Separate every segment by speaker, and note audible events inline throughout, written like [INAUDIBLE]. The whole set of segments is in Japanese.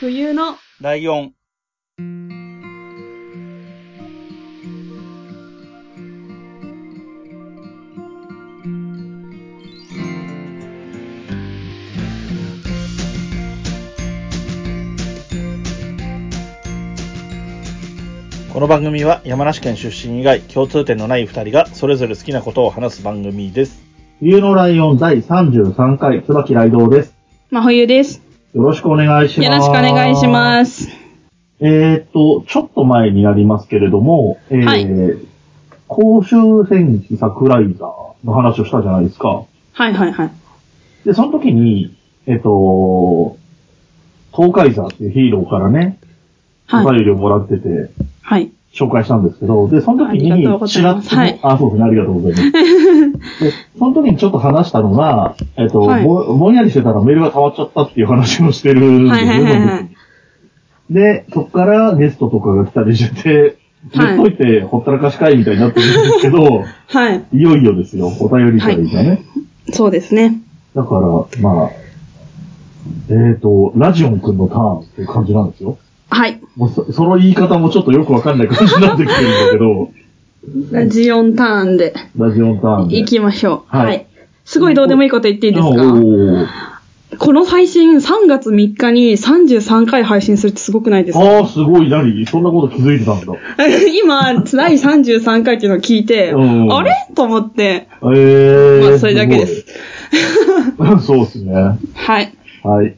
Speaker 1: 冬の
Speaker 2: ライオン。この番組は山梨県出身以外共通点のない2人がそれぞれ好きなことを話す番組です。
Speaker 3: 冬のライオン第33回、椿ライドウです。
Speaker 1: 真冬です。
Speaker 3: よろしくお願いし
Speaker 1: よ
Speaker 3: ます。。
Speaker 1: ろしくお願いしますす。
Speaker 3: えーっと、ちょっと前になりますけれども、えー
Speaker 1: はい
Speaker 3: 公衆戦記桜井座の話をしたじゃないですか。
Speaker 1: はいはいはい。
Speaker 3: で、その時に、えーっと、東海座っていうヒーローからね、お
Speaker 1: はい。
Speaker 3: 便りをもらってて、
Speaker 1: はい。
Speaker 3: 紹介したんですけど、で、その時
Speaker 1: ありがとうご
Speaker 3: に、
Speaker 1: ざ
Speaker 3: ち
Speaker 1: い
Speaker 3: ら
Speaker 1: ま
Speaker 3: っ
Speaker 1: す
Speaker 3: と、
Speaker 1: はい
Speaker 3: あ、そうですね、ありがとうご
Speaker 1: [LAUGHS]
Speaker 3: ざいます。で、その時にちょっと話したのが、えっと、
Speaker 1: はい
Speaker 3: ぼぼんやりしてたらメールが変わっちゃったっていう話をしてるんですよ
Speaker 1: はいはいはいは
Speaker 3: ね
Speaker 1: い。
Speaker 3: で、そっからゲストとかが来たりしてて、
Speaker 1: はい
Speaker 3: 寝っといてほったらかし会みたいになってるんですけ
Speaker 1: [LAUGHS]
Speaker 3: ど、
Speaker 1: はい。
Speaker 3: いよいよですよ、お便り会がね。
Speaker 1: そうですね。
Speaker 3: だから、まあ、えっ、と、ラジオンくんのターンっていう感じなんですよ。
Speaker 1: はい。
Speaker 3: もうそその言い方もちょっとよくわかんない感じになってきてるんだけ
Speaker 1: [LAUGHS]
Speaker 3: ど、
Speaker 1: ラジオンターンで
Speaker 3: ラジオンターンで。
Speaker 1: 行きましょう。
Speaker 3: はい
Speaker 1: はい。すごいどうでもいいこと言っていいです
Speaker 3: あ
Speaker 1: か
Speaker 3: おー
Speaker 1: この配信3月3日に33回配信するってすごくないですか
Speaker 3: あー、すごい、何そんなこと気づいてたんだ。
Speaker 1: [LAUGHS] 今、第33回っていうのを聞いて、
Speaker 3: うん
Speaker 1: あれと思って、
Speaker 3: えー。
Speaker 1: まあそれだけです
Speaker 3: すごい。 [LAUGHS] そうですね。は
Speaker 1: [LAUGHS] はい。
Speaker 3: い。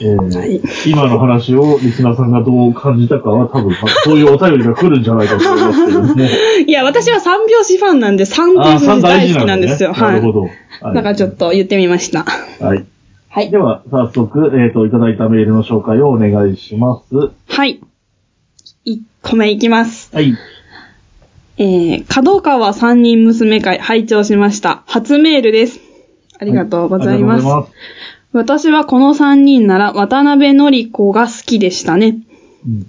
Speaker 3: えー
Speaker 1: はい
Speaker 3: 今の話をリスナーさんがどう感じたかは多分、 [LAUGHS] まあそういうお便りが来るんじゃないかと思いますけども。
Speaker 1: [LAUGHS] いや、私は三拍子ファンなんで、三
Speaker 3: あ
Speaker 1: 拍
Speaker 3: ー、
Speaker 1: 子
Speaker 3: 三
Speaker 1: 大
Speaker 3: 大
Speaker 1: 好
Speaker 3: 事
Speaker 1: きな
Speaker 3: なんん
Speaker 1: で
Speaker 3: ですす
Speaker 1: よ。
Speaker 3: ね。
Speaker 1: はい。
Speaker 3: なるほど。はい
Speaker 1: だからちょっと言ってみました。
Speaker 3: はい。
Speaker 1: はい
Speaker 3: で。は、早速、えっ、と、いただいたメールの紹介をお願いします。
Speaker 1: はい。1個目いきます。
Speaker 3: はい。
Speaker 1: えー、角川三人娘会拝聴しました。初メールです。ありがとうございます。
Speaker 3: ありがとうございます。
Speaker 1: 私はこの三人なら渡辺典子が好きでしたね。
Speaker 3: うん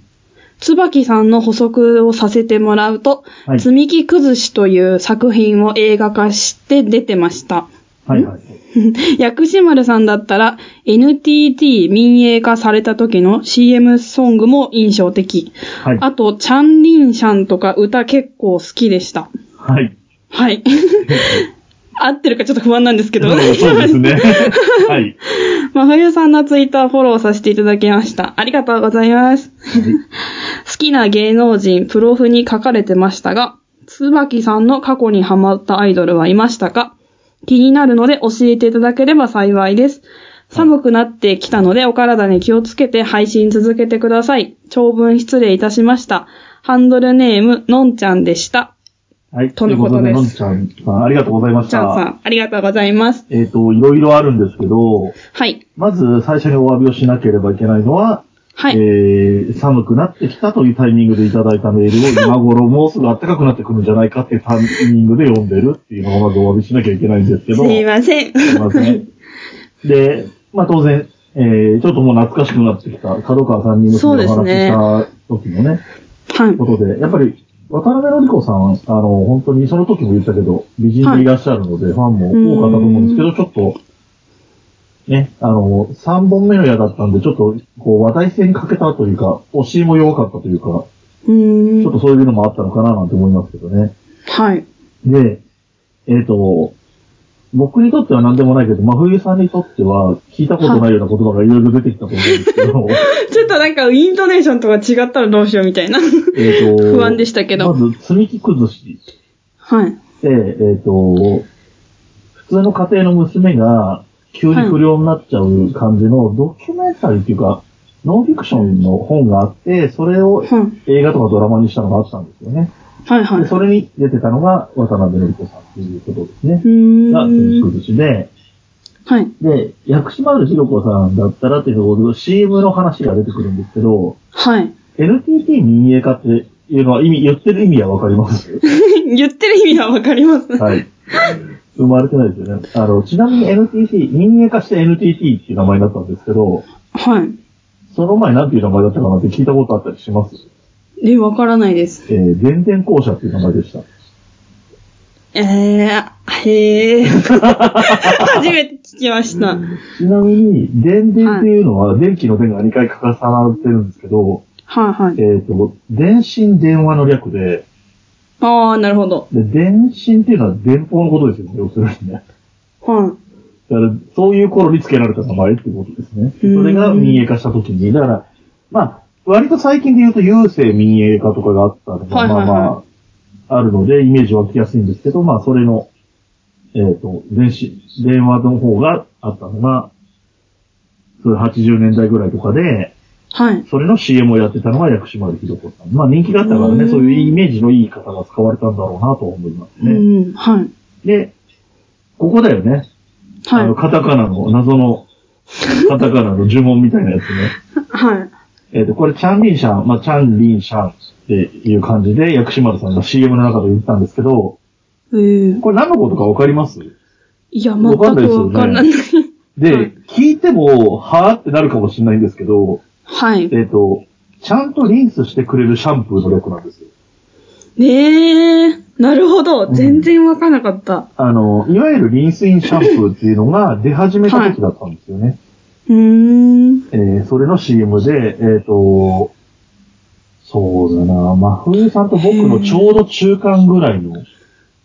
Speaker 1: 椿さんの補足をさせてもらうと、
Speaker 3: はい
Speaker 1: 積み木崩しという作品を映画化して出てました。
Speaker 3: はいはい。
Speaker 1: [LAUGHS] 薬師丸さんだったら NTT 民営化された時の CM ソングも印象的。
Speaker 3: はい。
Speaker 1: あと、チャンリンシャンとか歌結構好きでした。
Speaker 3: はい。 [LAUGHS]
Speaker 1: はい。合ってるかちょっと不安なんですけど。
Speaker 3: そうで
Speaker 1: [LAUGHS]
Speaker 3: すね。はい。
Speaker 1: 真冬さんのツイッターフォローさせていただきました。ありがとうございます。 [LAUGHS] 好きな芸能人、プロフに書かれてましたが、椿さんの過去にハマったアイドルはいましたか気になるので教えていただければ幸いです。寒くなってきたのでお体に気をつけて配信続けてください。長文失礼いたしました。ハンドルネーム、のんちゃんでした。
Speaker 3: はい。
Speaker 1: とのことで
Speaker 3: のん
Speaker 1: す
Speaker 3: ちゃんさん、ありがとうございまし
Speaker 1: ちゃんさ
Speaker 3: た。
Speaker 1: ん、ありがとうございます。
Speaker 3: えっ、と、いろいろあるんですけど、
Speaker 1: はい。
Speaker 3: まず最初にお詫びをしなければいけないのは、
Speaker 1: はい。
Speaker 3: えー、寒くなってきたというタイミングでいただいたメールを今頃もうすぐ暖かくなってくるんじゃないかっていうタイミングで読んでるっていうのをまずお詫びしなきゃいけないんですけ
Speaker 1: す
Speaker 3: ど、
Speaker 1: いません。
Speaker 3: すい
Speaker 1: [LAUGHS]
Speaker 3: ません。で、まあ当然、えー、ちょっともう懐かしくなってきた、角川さんに
Speaker 1: そう
Speaker 3: 娘
Speaker 1: で
Speaker 3: の
Speaker 1: す
Speaker 3: 話
Speaker 1: ね
Speaker 3: した時のね、
Speaker 1: はい。
Speaker 3: ことで、やっぱり、渡辺典子さん、あの、本当にその時も言ったけど、美人でいらっしゃるので、ファンも多かったと思うんですけ
Speaker 1: う
Speaker 3: ど、ちょっと、ね、あの、3本目の矢だったんで、ちょっと、こう、話題性に欠けたというか、推しも弱かったというか、ちょ
Speaker 1: うー
Speaker 3: っ
Speaker 1: ん。
Speaker 3: とそういうのもあったのかななんて思いますけどね。
Speaker 1: はい。
Speaker 3: で、えっ、と、僕にとっては何でもないけど、真冬さんにとっては、聞いたことないような言葉がいろいろ出てきたと思うんですけど、
Speaker 1: [LAUGHS] ちょっとなんか、イントネーションとか違ったらどうしようみたいな。
Speaker 3: えっと、
Speaker 1: [LAUGHS] 不安でしたけど
Speaker 3: まず、積み木崩し。
Speaker 1: はい。
Speaker 3: で、えっ、と、普通の家庭の娘が急に不良になっちゃう感じのドキュメンタリーっていうか、ノンフィクションの本があって、それを
Speaker 1: うん
Speaker 3: 映画とかドラマにしたのがあったんですよね。
Speaker 1: はいはい。
Speaker 3: でそれに出てたのが渡辺典子さんっていうことですね
Speaker 1: う。
Speaker 3: が、
Speaker 1: ーん。
Speaker 3: 崩しで、
Speaker 1: はい。
Speaker 3: で、薬師丸ひろ子さんだったらっていうところで CM の話が出てくるんですけど、
Speaker 1: はい。
Speaker 3: NTT 民営化っていうのは意味、言ってる意味はわかります
Speaker 1: [LAUGHS] 言ってる意味はわかります。
Speaker 3: はい。生まれてないですよね。あの、ちなみに NTT、民営化して NTT っていう名前だったんですけど、
Speaker 1: はい。
Speaker 3: その前なんていう名前だったかなって聞いたことあったりします
Speaker 1: え、わからないです。
Speaker 3: えー、電電公社っていう名前でした。
Speaker 1: えー、 [LAUGHS] へえ。初めて聞きました。
Speaker 3: ちなみに、電電っていうのは、電気の電が2回重なってるんですけど、
Speaker 1: はいはい。
Speaker 3: えっ、と、電信電話の略で、
Speaker 1: ああ、なるほど。
Speaker 3: で、電信っていうのは電報のことですよね、要するにね。
Speaker 1: は
Speaker 3: だから、そういう頃に付けられた名前ってことですね。そ
Speaker 1: うん
Speaker 3: れが民営化した時に、だから、まあ、割と最近で言うと郵政民営化とかがあったのが、
Speaker 1: はいはいはい
Speaker 3: まあまあ、あるので、イメージ湧きやすいんですけど、まあ、それの、えっ、と、電子、電話の方があったのが、そういう80年代ぐらいとかで、
Speaker 1: い。はい。
Speaker 3: それの CM をやってたのが薬師丸ひろ子さん。まあ人気があったから
Speaker 1: う
Speaker 3: ね、
Speaker 1: ん
Speaker 3: そういうイメージのいい方が使われたんだろうなと思いますね。
Speaker 1: うん、はい。
Speaker 3: で、ここだよね。あの、
Speaker 1: は
Speaker 3: カタカナの、謎の、カタカナの呪文みたいなやつね。 [LAUGHS]
Speaker 1: い。はい。
Speaker 3: えっ、と、これ、チャンリンシャン、まあ、チャンリンシャンっていう感じで、薬師丸さんが CM の中で言ったんですけど、
Speaker 1: えー、
Speaker 3: これ何のことかわかります
Speaker 1: いや、全くわからない。
Speaker 3: で、
Speaker 1: はい
Speaker 3: 聞いても、はぁってなるかもしれないんですけど、
Speaker 1: はい。
Speaker 3: えっ、と、ちゃんとリンスしてくれるシャンプーの略なんですよ。
Speaker 1: ねえ、なるほど。
Speaker 3: うん
Speaker 1: 全然わかんなかった。
Speaker 3: あの、いわゆるリンスインシャンプーっていうのが出始めた時だったんですよね。
Speaker 1: うーん。
Speaker 3: えーそれの CM で、えっ、と、そうだな、真冬さんと僕のちょうど中間ぐらいの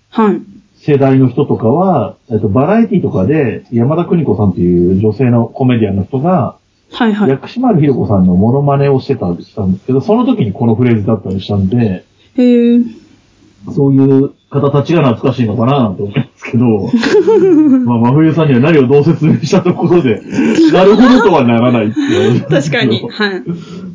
Speaker 1: はい。
Speaker 3: 世代の人とかは、えっ、と、バラエティとかで山田邦子さんっていう女性のコメディアンの人が、
Speaker 1: はいはい。
Speaker 3: 薬師丸ひろ子さんのモノマネをしてたりしたんですけど、その時にこのフレーズだったりしたんで、
Speaker 1: えー、
Speaker 3: そういう方たちが懐かしいのかなと思うんです
Speaker 1: [LAUGHS]
Speaker 3: けど、まあ、真冬さんには何をどう説明したところで、なるほどとはならないっていう。
Speaker 1: 確かに。はい。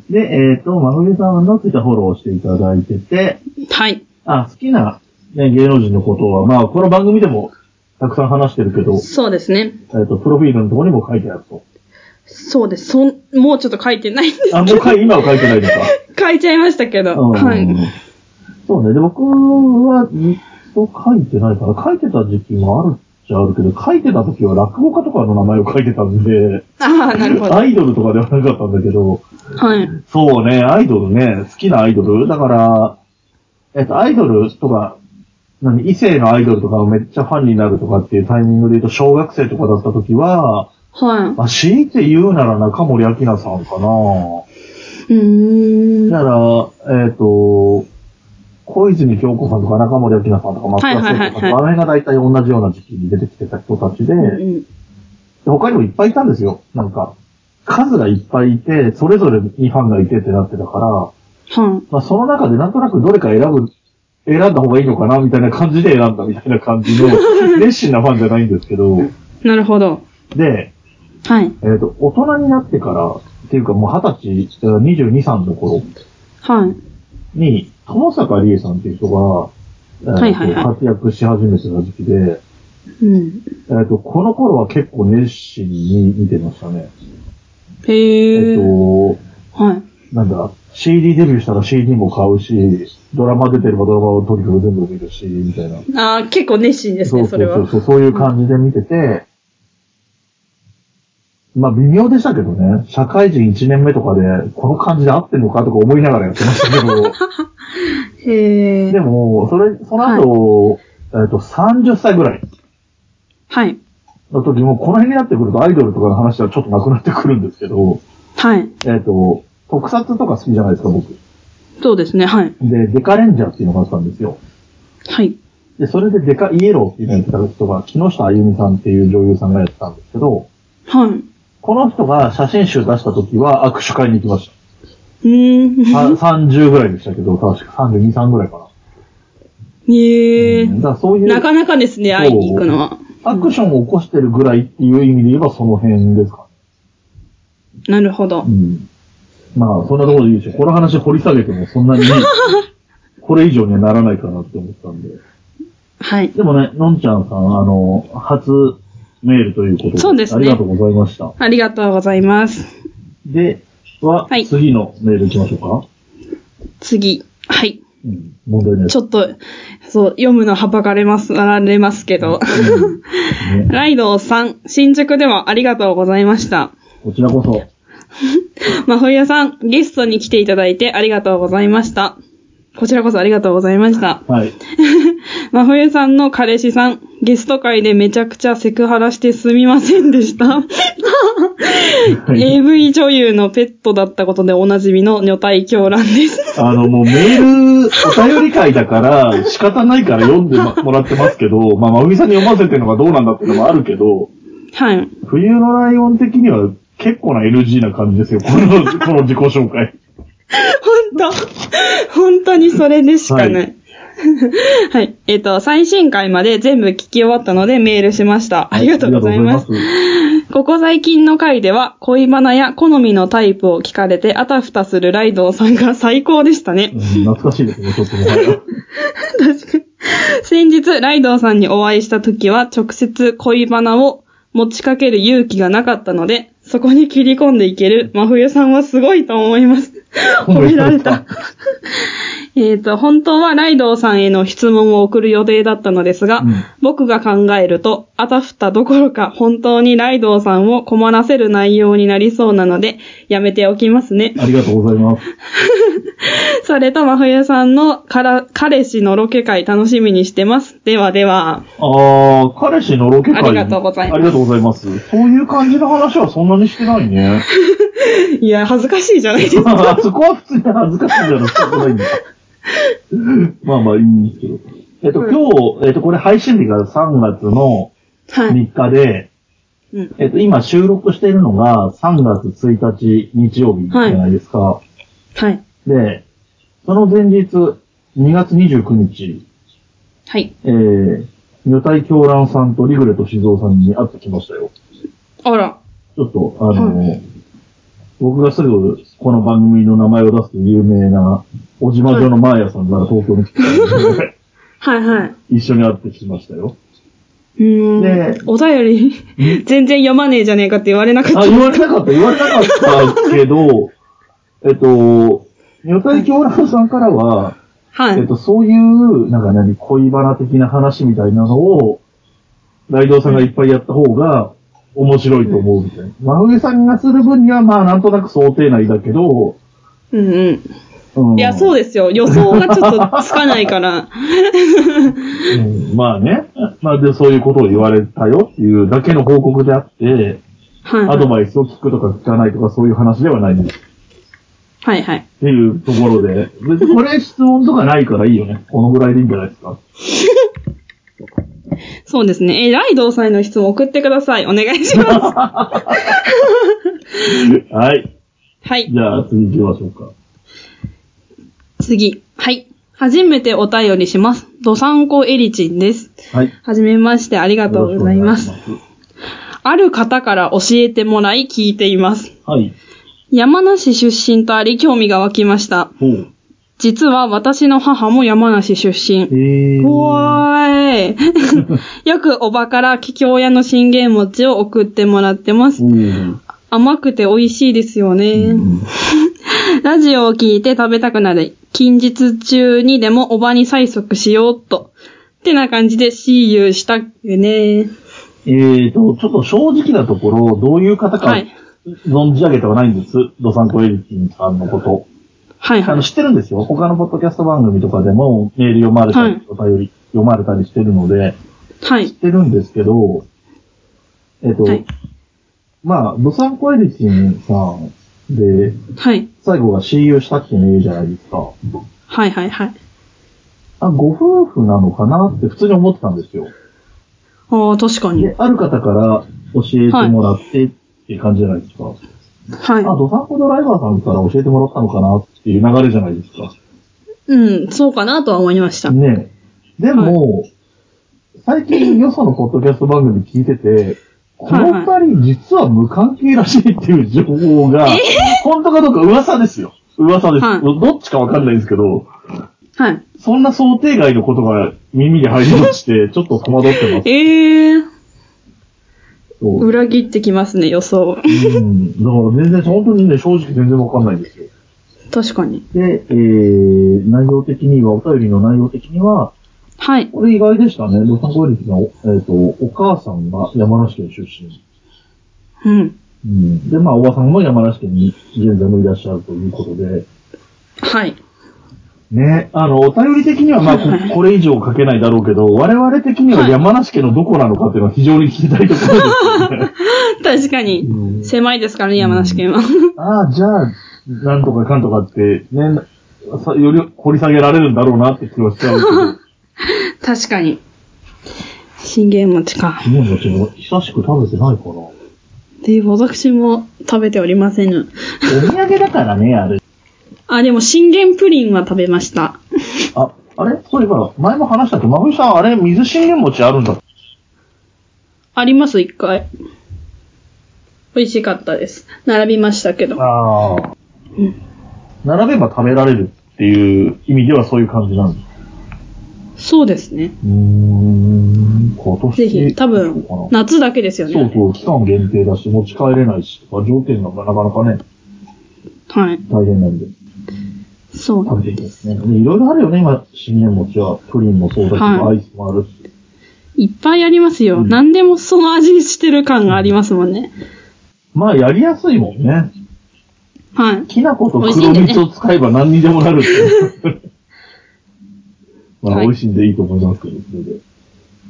Speaker 3: で、えっ、と、まぐりさんのツイッターフォローしていただいてて、
Speaker 1: はい。
Speaker 3: あ、好きな、ね、芸能人のことは、まあ、この番組でもたくさん話してるけど、
Speaker 1: そうですね。
Speaker 3: えっ、と、プロフィールのところにも書いてあると。
Speaker 1: そうです。そん、もうちょっと書いてないんです。
Speaker 3: あ、もう書い、今は書いてないのか。
Speaker 1: [LAUGHS] 書いちゃいましたけど。
Speaker 3: うん
Speaker 1: はい。
Speaker 3: そうね。で、僕はずっと書いてないから、書いてた時期もあるっちゃあるけど、書いてた時は落語家とかの名前を書いてたんで、
Speaker 1: ああ、なるほど。
Speaker 3: アイドルとかではなかったんだけど、
Speaker 1: はい。
Speaker 3: そうね、アイドルね、好きなアイドル。だから、えっと、アイドルとか、何、異性のアイドルとかをめっちゃファンになるとかっていうタイミングで言うと、小学生とかだった時は、
Speaker 1: は。
Speaker 3: まあ、強いて言うなら中森明菜さんかない
Speaker 1: うーん。
Speaker 3: だから、えっ、と、小泉京子さんとか中森明菜さんとか松田聖子さんとか、
Speaker 1: はいはいはいはい
Speaker 3: あの辺が大体同じような時期に出てきてた人たちで、
Speaker 1: うん
Speaker 3: 他にもいっぱいいたんですよ。なんか、数がいっぱいいて、それぞれにファンがいてってなってたから、
Speaker 1: は
Speaker 3: まあ、その中でなんとなくどれか選ぶ、選んだ方がいいのかな、みたいな感じで選んだみたいな感
Speaker 1: [LAUGHS]
Speaker 3: じの、熱心なファンじゃないんですけど、
Speaker 1: い。なるほど。
Speaker 3: で、
Speaker 1: はい。
Speaker 3: えっ、と、大人になってから、っていうかもう二十歳、22、3の頃
Speaker 1: はい。
Speaker 3: に、友坂理恵さんっていう人が、えーと
Speaker 1: はいはいはい
Speaker 3: 活躍し始めてた時期で、
Speaker 1: うん。
Speaker 3: えっ、と、この頃は結構熱心に見てましたね。えっ、
Speaker 1: へえ。
Speaker 3: と、
Speaker 1: はい。
Speaker 3: なんだ、CD デビューしたら CD も買うし、ドラマ出てればドラマをとにかく全部見るし、みたいな。
Speaker 1: ああ、結構熱心ですね、それは。
Speaker 3: そうそうそう、そういう感じで見てて、まあ微妙でしたけどね、社会人1年目とかで、この感じで合ってんのかとか思いながらやってました
Speaker 1: [LAUGHS]
Speaker 3: けど、
Speaker 1: へえ
Speaker 3: で。も、それ、その後、えっと、30歳ぐらい
Speaker 1: はい。
Speaker 3: の時も、この辺になってくるとアイドルとかの話はちょっとなくなってくるんですけど、
Speaker 1: はい。
Speaker 3: えっと、特撮とか好きじゃないですか、僕。
Speaker 1: そうですね、はい。
Speaker 3: で、デカレンジャーっていうのがあったんですよ。
Speaker 1: はい。
Speaker 3: で、それでデカイエローっていうのやってた人が、木下あゆみさんっていう女優さんがやってたんですけど、
Speaker 1: はい。
Speaker 3: この人が写真集出した時は握手会に行きまし
Speaker 1: うー
Speaker 3: た。
Speaker 1: ん。
Speaker 3: さ30ぐらいでしたけど、確か32、3ぐらいかな。
Speaker 1: [LAUGHS] へえ
Speaker 3: う。んだからそういう
Speaker 1: なかなかですね、会いに行くのは。
Speaker 3: アクションを起こしてるぐらいっていう意味で言えばその辺ですか
Speaker 1: なるほど
Speaker 3: ね。う。ん。まあ、そんなところでいいでしょ。この話掘り下げてもそん
Speaker 1: [LAUGHS]
Speaker 3: なに、これ以上にはならないかなって思ったんで。
Speaker 1: はい。
Speaker 3: でもね、のんちゃんさん、あの、初メールということで。
Speaker 1: そうですね
Speaker 3: ありがとうございました。
Speaker 1: ありがとうございます。
Speaker 3: で、は、
Speaker 1: はい
Speaker 3: 次のメール行きましょうか。
Speaker 1: 次。はい。
Speaker 3: うん、問題ないです
Speaker 1: ち。ょっと、そう、読むのはばかれます、なられますけど。
Speaker 3: うんね
Speaker 1: ライドウさん、新宿ではありがとうございました。
Speaker 3: こちらこそ。
Speaker 1: まほやさん、ゲストに来ていただいてありがとうございました。こちらこそありがとうございました。
Speaker 3: はい。
Speaker 1: 真冬さんの彼氏さん、ゲスト会でめちゃくちゃセクハラしてすみませんでした。AV 女優のペットだったことでおなじみの女体狂乱です。
Speaker 3: あの、もうメール、お便り会だから、仕方ないから読んでまもらってますけど、まあ、まぐみさんに読ませてるのがどうなんだっていうのもあるけど、
Speaker 1: はい。
Speaker 3: 冬のライオン的には結構な LG な感じですよ。この、 [LAUGHS] この自己紹介。
Speaker 1: 本当本当にそれでしかない。
Speaker 3: は
Speaker 1: はい [LAUGHS] い。えっ、と、最新回まで全部聞き終わったのでメールしました。ありがとうございます。
Speaker 3: ありがとうござい
Speaker 1: ここ最近の回では恋バナや好みのタイプを聞かれてあたふたするライドウさんが最高でしたね。
Speaker 3: ます。うん懐かしいですね、ちょっともはや。
Speaker 1: 確かに。 [LAUGHS] 先日、ライドウさんにお会いした時は、直接恋バナを持ちかける勇気がなかったので、そこに切り込んでいける真冬さんはすごいと思います。褒められた。 [LAUGHS] えっと、本当はライドウさんへの質問を送る予定だったのですが、
Speaker 3: うん
Speaker 1: 僕が考えると、あたふたどころか本当にライドウさんを困らせる内容になりそうなので、やめておきますね。
Speaker 3: ありがとうございます。
Speaker 1: それと真冬さんのから彼氏のロケ会楽しみにしてます。ではでは。
Speaker 3: ああ、彼氏のロケ会。
Speaker 1: ありがとうございます
Speaker 3: ありがとうございます。そういう感じの話はそんなにしてないね。
Speaker 1: [LAUGHS] いや、恥ずかしいじゃないですか。
Speaker 3: あ [LAUGHS] そこは普通に恥ずかしいじゃない仕方ないんだ。まあまあいいんですけど。えっと、
Speaker 1: うん
Speaker 3: 今日、えっと、これ配信日が3月の
Speaker 1: はい。
Speaker 3: 3日で、
Speaker 1: うん。
Speaker 3: えっと、今収録しているのが3月1日日曜日じゃないですか。
Speaker 1: はい。
Speaker 3: で、その前日、2月29日、
Speaker 1: はい。
Speaker 3: えー、女体狂乱さんとリグレと静雄さんに会ってきましたよ。
Speaker 1: あら。
Speaker 3: ちょっと、あのー僕がすぐこの番組の名前を出すと有名な、小島城のマーヤさんが東京に来てたの
Speaker 1: [LAUGHS]
Speaker 3: で、
Speaker 1: はいは
Speaker 3: 一緒に会ってきましたよ。
Speaker 1: い。うー
Speaker 3: で
Speaker 1: ん。お便り、全然読まねえじゃねえかって言われなかった。
Speaker 3: あ、言われなかった、言われなかったけど、 [LAUGHS] えっと、女体狂乱さんからは、
Speaker 1: はい
Speaker 3: えっ。と、そういう、なんか何、恋バナ的な話みたいなのを、ライドウさんがいっぱいやった方が、面白いと思うみたいな。真上さんがする分には、まあ、なんとなく想定内だけど、
Speaker 1: うん
Speaker 3: う、
Speaker 1: うんん。いや、そうですよ。予想がちょっとつかない [LAUGHS] から。
Speaker 3: うんまあね。まあで、そういうことを言われたよっていうだけの報告であって、
Speaker 1: はい。
Speaker 3: アドバイスを聞くとか聞かないとかそういう話ではないですっ
Speaker 1: はいはい。
Speaker 3: ていうところで、別にこれ質問とかないからいいよね。このぐらいでいいんじゃないで
Speaker 1: [LAUGHS]
Speaker 3: すか。
Speaker 1: そうですね。え、ライドウさんへの質問送ってください。お願い [LAUGHS] します。
Speaker 3: はい。
Speaker 1: はい。
Speaker 3: じゃあ次行きましょうか。
Speaker 1: 次。はい。初めてお便りします。ドサンコエリチンです。
Speaker 3: はい。
Speaker 1: はじめまして、あり
Speaker 3: あ
Speaker 1: がとうございます。ある方から教えてもらい聞いています。
Speaker 3: はい。
Speaker 1: 山梨出身とあり興味が湧きました。
Speaker 3: ほう。
Speaker 1: 実は私の母も山梨出
Speaker 3: え
Speaker 1: 身。
Speaker 3: ー。
Speaker 1: おーい。 [LAUGHS] よくおばから桔梗屋の信玄餅を送ってもらってます
Speaker 3: う。ん。
Speaker 1: 甘くて美味しいですよね。ラジオを聞いて食べたくなる。近日中にでもおばに催促しようっと。ってな感じで See you したっけね。
Speaker 3: えーと、ちょっと正直なところ、どういう方か
Speaker 1: はい
Speaker 3: 存じ上げてはないんです。ドサンコエリキンさんのこと。
Speaker 1: はい
Speaker 3: [LAUGHS] あ
Speaker 1: は
Speaker 3: の、
Speaker 1: い。
Speaker 3: 知ってるんですよ。他のポッドキャスト番組とかでも、メール読まれたり、
Speaker 1: はい
Speaker 3: お便り読まれたりしてるので、
Speaker 1: はい
Speaker 3: 知っ。てるんですけど、えっ、と、
Speaker 1: はい。
Speaker 3: まあ、ドサンコエリキンさんで、
Speaker 1: はい。
Speaker 3: 最後が CU したってねえじゃないですか。
Speaker 1: はいはいはい。
Speaker 3: あ、ご夫婦なのかなって普通に思ってたんですよ。
Speaker 1: ああ、確かに。
Speaker 3: で、ある方から教えてもらってっていう感じじゃないですか。
Speaker 1: はい
Speaker 3: あ、。ドサンコドライバーさんから教えてもらったのかなっていう流れじゃないですか。
Speaker 1: うん、そうかなとは思いました。
Speaker 3: ねえ。でも、最近よそのポッドキャスト番組聞いてて、この二人実は無関係らしいっていう情報が、本当かどうか噂ですよ。噂です。
Speaker 1: はい
Speaker 3: どどっちかわかんないんですけど、
Speaker 1: はい。
Speaker 3: そんな想定外のことが耳に入り
Speaker 1: [LAUGHS]
Speaker 3: まして、ちょっと戸惑ってます。
Speaker 1: ええー、
Speaker 3: そう
Speaker 1: 裏切ってきますね、予想を。
Speaker 3: うん。だから全然、本当にね、正直全然わかんないんですよ。
Speaker 1: 確かに。
Speaker 3: で、えー、内容的には、お便りの内容的には、
Speaker 1: はい。
Speaker 3: これ意外でしたね。ロサンゴリスの、えっ、と、お母さんが山梨県出身。
Speaker 1: うん。
Speaker 3: うんで、まあ、おばさんも山梨県に現在もいらっしゃるということで、
Speaker 1: はい。 [LAUGHS]
Speaker 3: ね、あの、お便り的には、まあ、こ [LAUGHS] これ以上書けないだろうけど、我々的には山梨県のどこなのかっていうのは非常に聞きたいところですよね。
Speaker 1: 確かに、
Speaker 3: うん
Speaker 1: 狭いですからね、山梨県 [LAUGHS] は。
Speaker 3: [LAUGHS] ああ、じゃあ、なんとかかんとかって、ね、さより掘り下げられるんだろうなって気はしちゃうけ [LAUGHS] ど、
Speaker 1: 確かに。信玄餅か。
Speaker 3: 昨日のうちも久しく食べてないかな。お
Speaker 1: で、私も食べておりません。
Speaker 3: 土産だからね、あれ。
Speaker 1: あ、でも信玄プリンは食べました。
Speaker 3: あ、あれそういえば、前も話したけど、まふみさん、あれ、水信玄餅あるんだ。
Speaker 1: あります、一回。美味しかったです。並びましたけど。
Speaker 3: ああ。
Speaker 1: うん
Speaker 3: 並べば食べられるっていう意味ではそういう感じなんです。
Speaker 1: そうですね。
Speaker 3: うーん、今年。
Speaker 1: ぜひ、多
Speaker 3: どう
Speaker 1: 分
Speaker 3: かな、
Speaker 1: 夏だけですよね。
Speaker 3: そうそう、期間限定だし、持ち帰れないし、とか条件がなかなかね、
Speaker 1: はい。
Speaker 3: 大変なんで、
Speaker 1: そうなん
Speaker 3: 食べ
Speaker 1: で
Speaker 3: ていきます
Speaker 1: す。
Speaker 3: ね。でいろいろあるよね、今、信玄餅は。プリンもそうだけど、
Speaker 1: は
Speaker 3: アイスもあるし。
Speaker 1: いっぱいありますよ。
Speaker 3: うん
Speaker 1: 何でもその味してる感がありますもんね。
Speaker 3: まあ、やりやすいもんね。
Speaker 1: はい。
Speaker 3: きな粉と
Speaker 1: 美味しい
Speaker 3: 黒
Speaker 1: んでね
Speaker 3: 蜜を使えば何にでもなるっていう。 [LAUGHS] まあ、
Speaker 1: はい
Speaker 3: 美味しいんでいいと思いますけど、それで。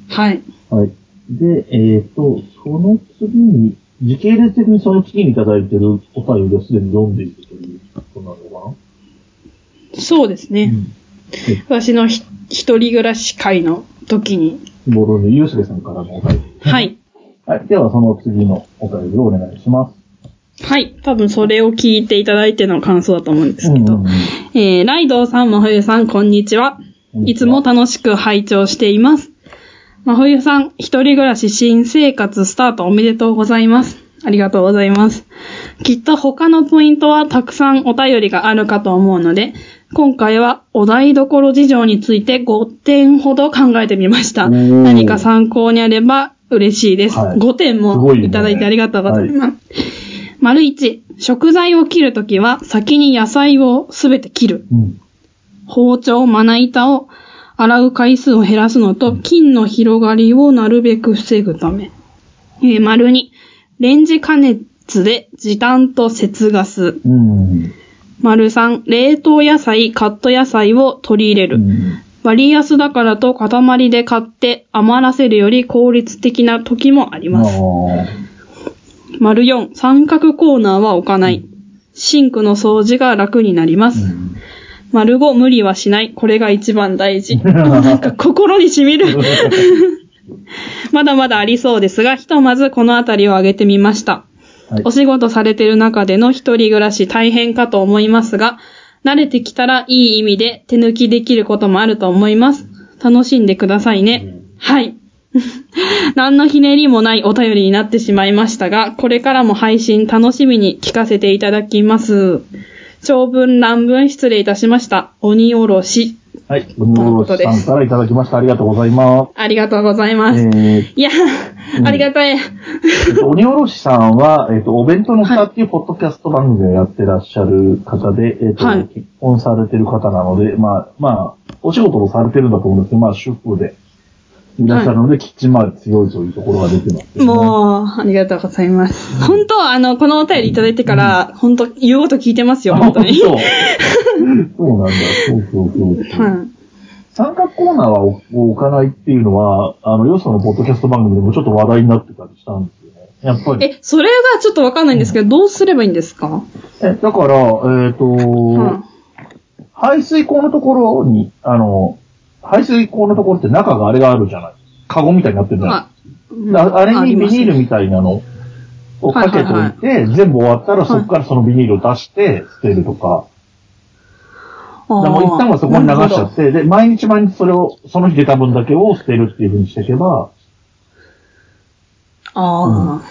Speaker 1: はい。
Speaker 3: はい。で、えっ、と、その次に、時系列的にその次にいただいてるお便りをすでに読んでいるということなのか
Speaker 1: そうです
Speaker 3: な、
Speaker 1: ね。私のひ一人暮らし会の時に。
Speaker 3: うん、ボロネユースケさんからのお便り。
Speaker 1: はい。
Speaker 3: はい。では、その次のお便りをお願いします。
Speaker 1: はい。多分それを聞いていただいての感想だと思うんですけど。
Speaker 3: うんうんうん
Speaker 1: えーライドウさん、まほゆさん、こんにちは。
Speaker 3: こんに
Speaker 1: い
Speaker 3: ち
Speaker 1: つ
Speaker 3: は
Speaker 1: も楽しく拝聴しています。まほゆさん、一人暮らし新生活スタートおめでとうございます。ありがとうございます。きっと他のポイントはたくさんお便りがあるかと思うので、今回はお台所事情について5点ほど考えてみました。
Speaker 3: おー
Speaker 1: 何か参考にあれば嬉しいです。
Speaker 3: はい
Speaker 1: 5点
Speaker 3: す
Speaker 1: も
Speaker 3: ごいね
Speaker 1: いただいてありがとうございます。丸1、食材を切るときは先に野菜をすべて切る。
Speaker 3: うん。
Speaker 1: 包丁、まな板を洗う回数を減らすのと、菌の広がりをなるべく防ぐため。えー丸2、レンジ加熱で時短と節ガス。
Speaker 3: うん。
Speaker 1: 丸3、冷凍野菜、カット野菜を取り入れ
Speaker 3: う
Speaker 1: る。
Speaker 3: ん。
Speaker 1: 割安だからと塊で買って余らせるより効率的な時もあり
Speaker 3: ああ
Speaker 1: ます。丸4、三角コーナーは置かない。シンクの掃除が楽になります。丸5、無理はしない。これが一番大事。なんか心に染みる。まだまだありそうですが、ひとまずこのあたりを挙げてみました。
Speaker 3: はい
Speaker 1: お。仕事されてる中での一人暮らし大変かと思いますが、慣れてきたらいい意味で手抜きできることもあると思います。楽しんでくださいね。はい。 [LAUGHS] 何のひねりもないお便りになってしまいましたが、これからも配信楽しみに聞かせていただきます。長文乱文失礼いたしました。鬼おろし。
Speaker 3: はい。おにおろしさんからいただきました。ありがとうございま。
Speaker 1: ありがとうございますす。
Speaker 3: えー
Speaker 1: いや、ありがたい。
Speaker 3: えっと、鬼おろしさんは、えっと、お弁当の蓋っていうポッドキャスト番組をやってらっしゃる方で、えっと、
Speaker 1: はい
Speaker 3: 結婚されてる方なので、まあ、まあ、お仕事もされてるんだと思うんですけど、まあ、主婦でいらっしゃるので、キッチン周り強いというところが出てます、う。
Speaker 1: もう、ありがとうございます。本当、あの、このお便りいただいてから、本当、言うこと聞いてますよ、 [LAUGHS]
Speaker 3: あ、
Speaker 1: 本
Speaker 3: 本
Speaker 1: 当
Speaker 3: 当
Speaker 1: に。
Speaker 3: そうなんだ。そうそうそうそう。
Speaker 1: は
Speaker 3: 三角コーナーは置置かないっていうのは、あの、よそのポッドキャスト番組でもちょっと話題になってたりしたんですよね。やっぱ
Speaker 1: い。
Speaker 3: り。
Speaker 1: え、それがちょっとわかんないんですけど、どうすればいいんですか
Speaker 3: え、だから、えっ、と、
Speaker 1: うん。
Speaker 3: 排水口のところに、あの、排水口のところって中があれがあるじゃない。カゴみたいになってるじゃない。
Speaker 1: あ、
Speaker 3: ああれ
Speaker 1: り
Speaker 3: にビ
Speaker 1: ます
Speaker 3: ニールみたいなのをかけ
Speaker 1: はい
Speaker 3: といて、全部終わったらそこからそのビニールを出して捨てるとか。
Speaker 1: あー
Speaker 3: でも一旦はそこに流しち
Speaker 1: な
Speaker 3: ゃ
Speaker 1: る
Speaker 3: っ
Speaker 1: ほ
Speaker 3: て、で、毎日毎日それを、その日出た分だけを捨てるっていうふうにしていけば、
Speaker 1: どあ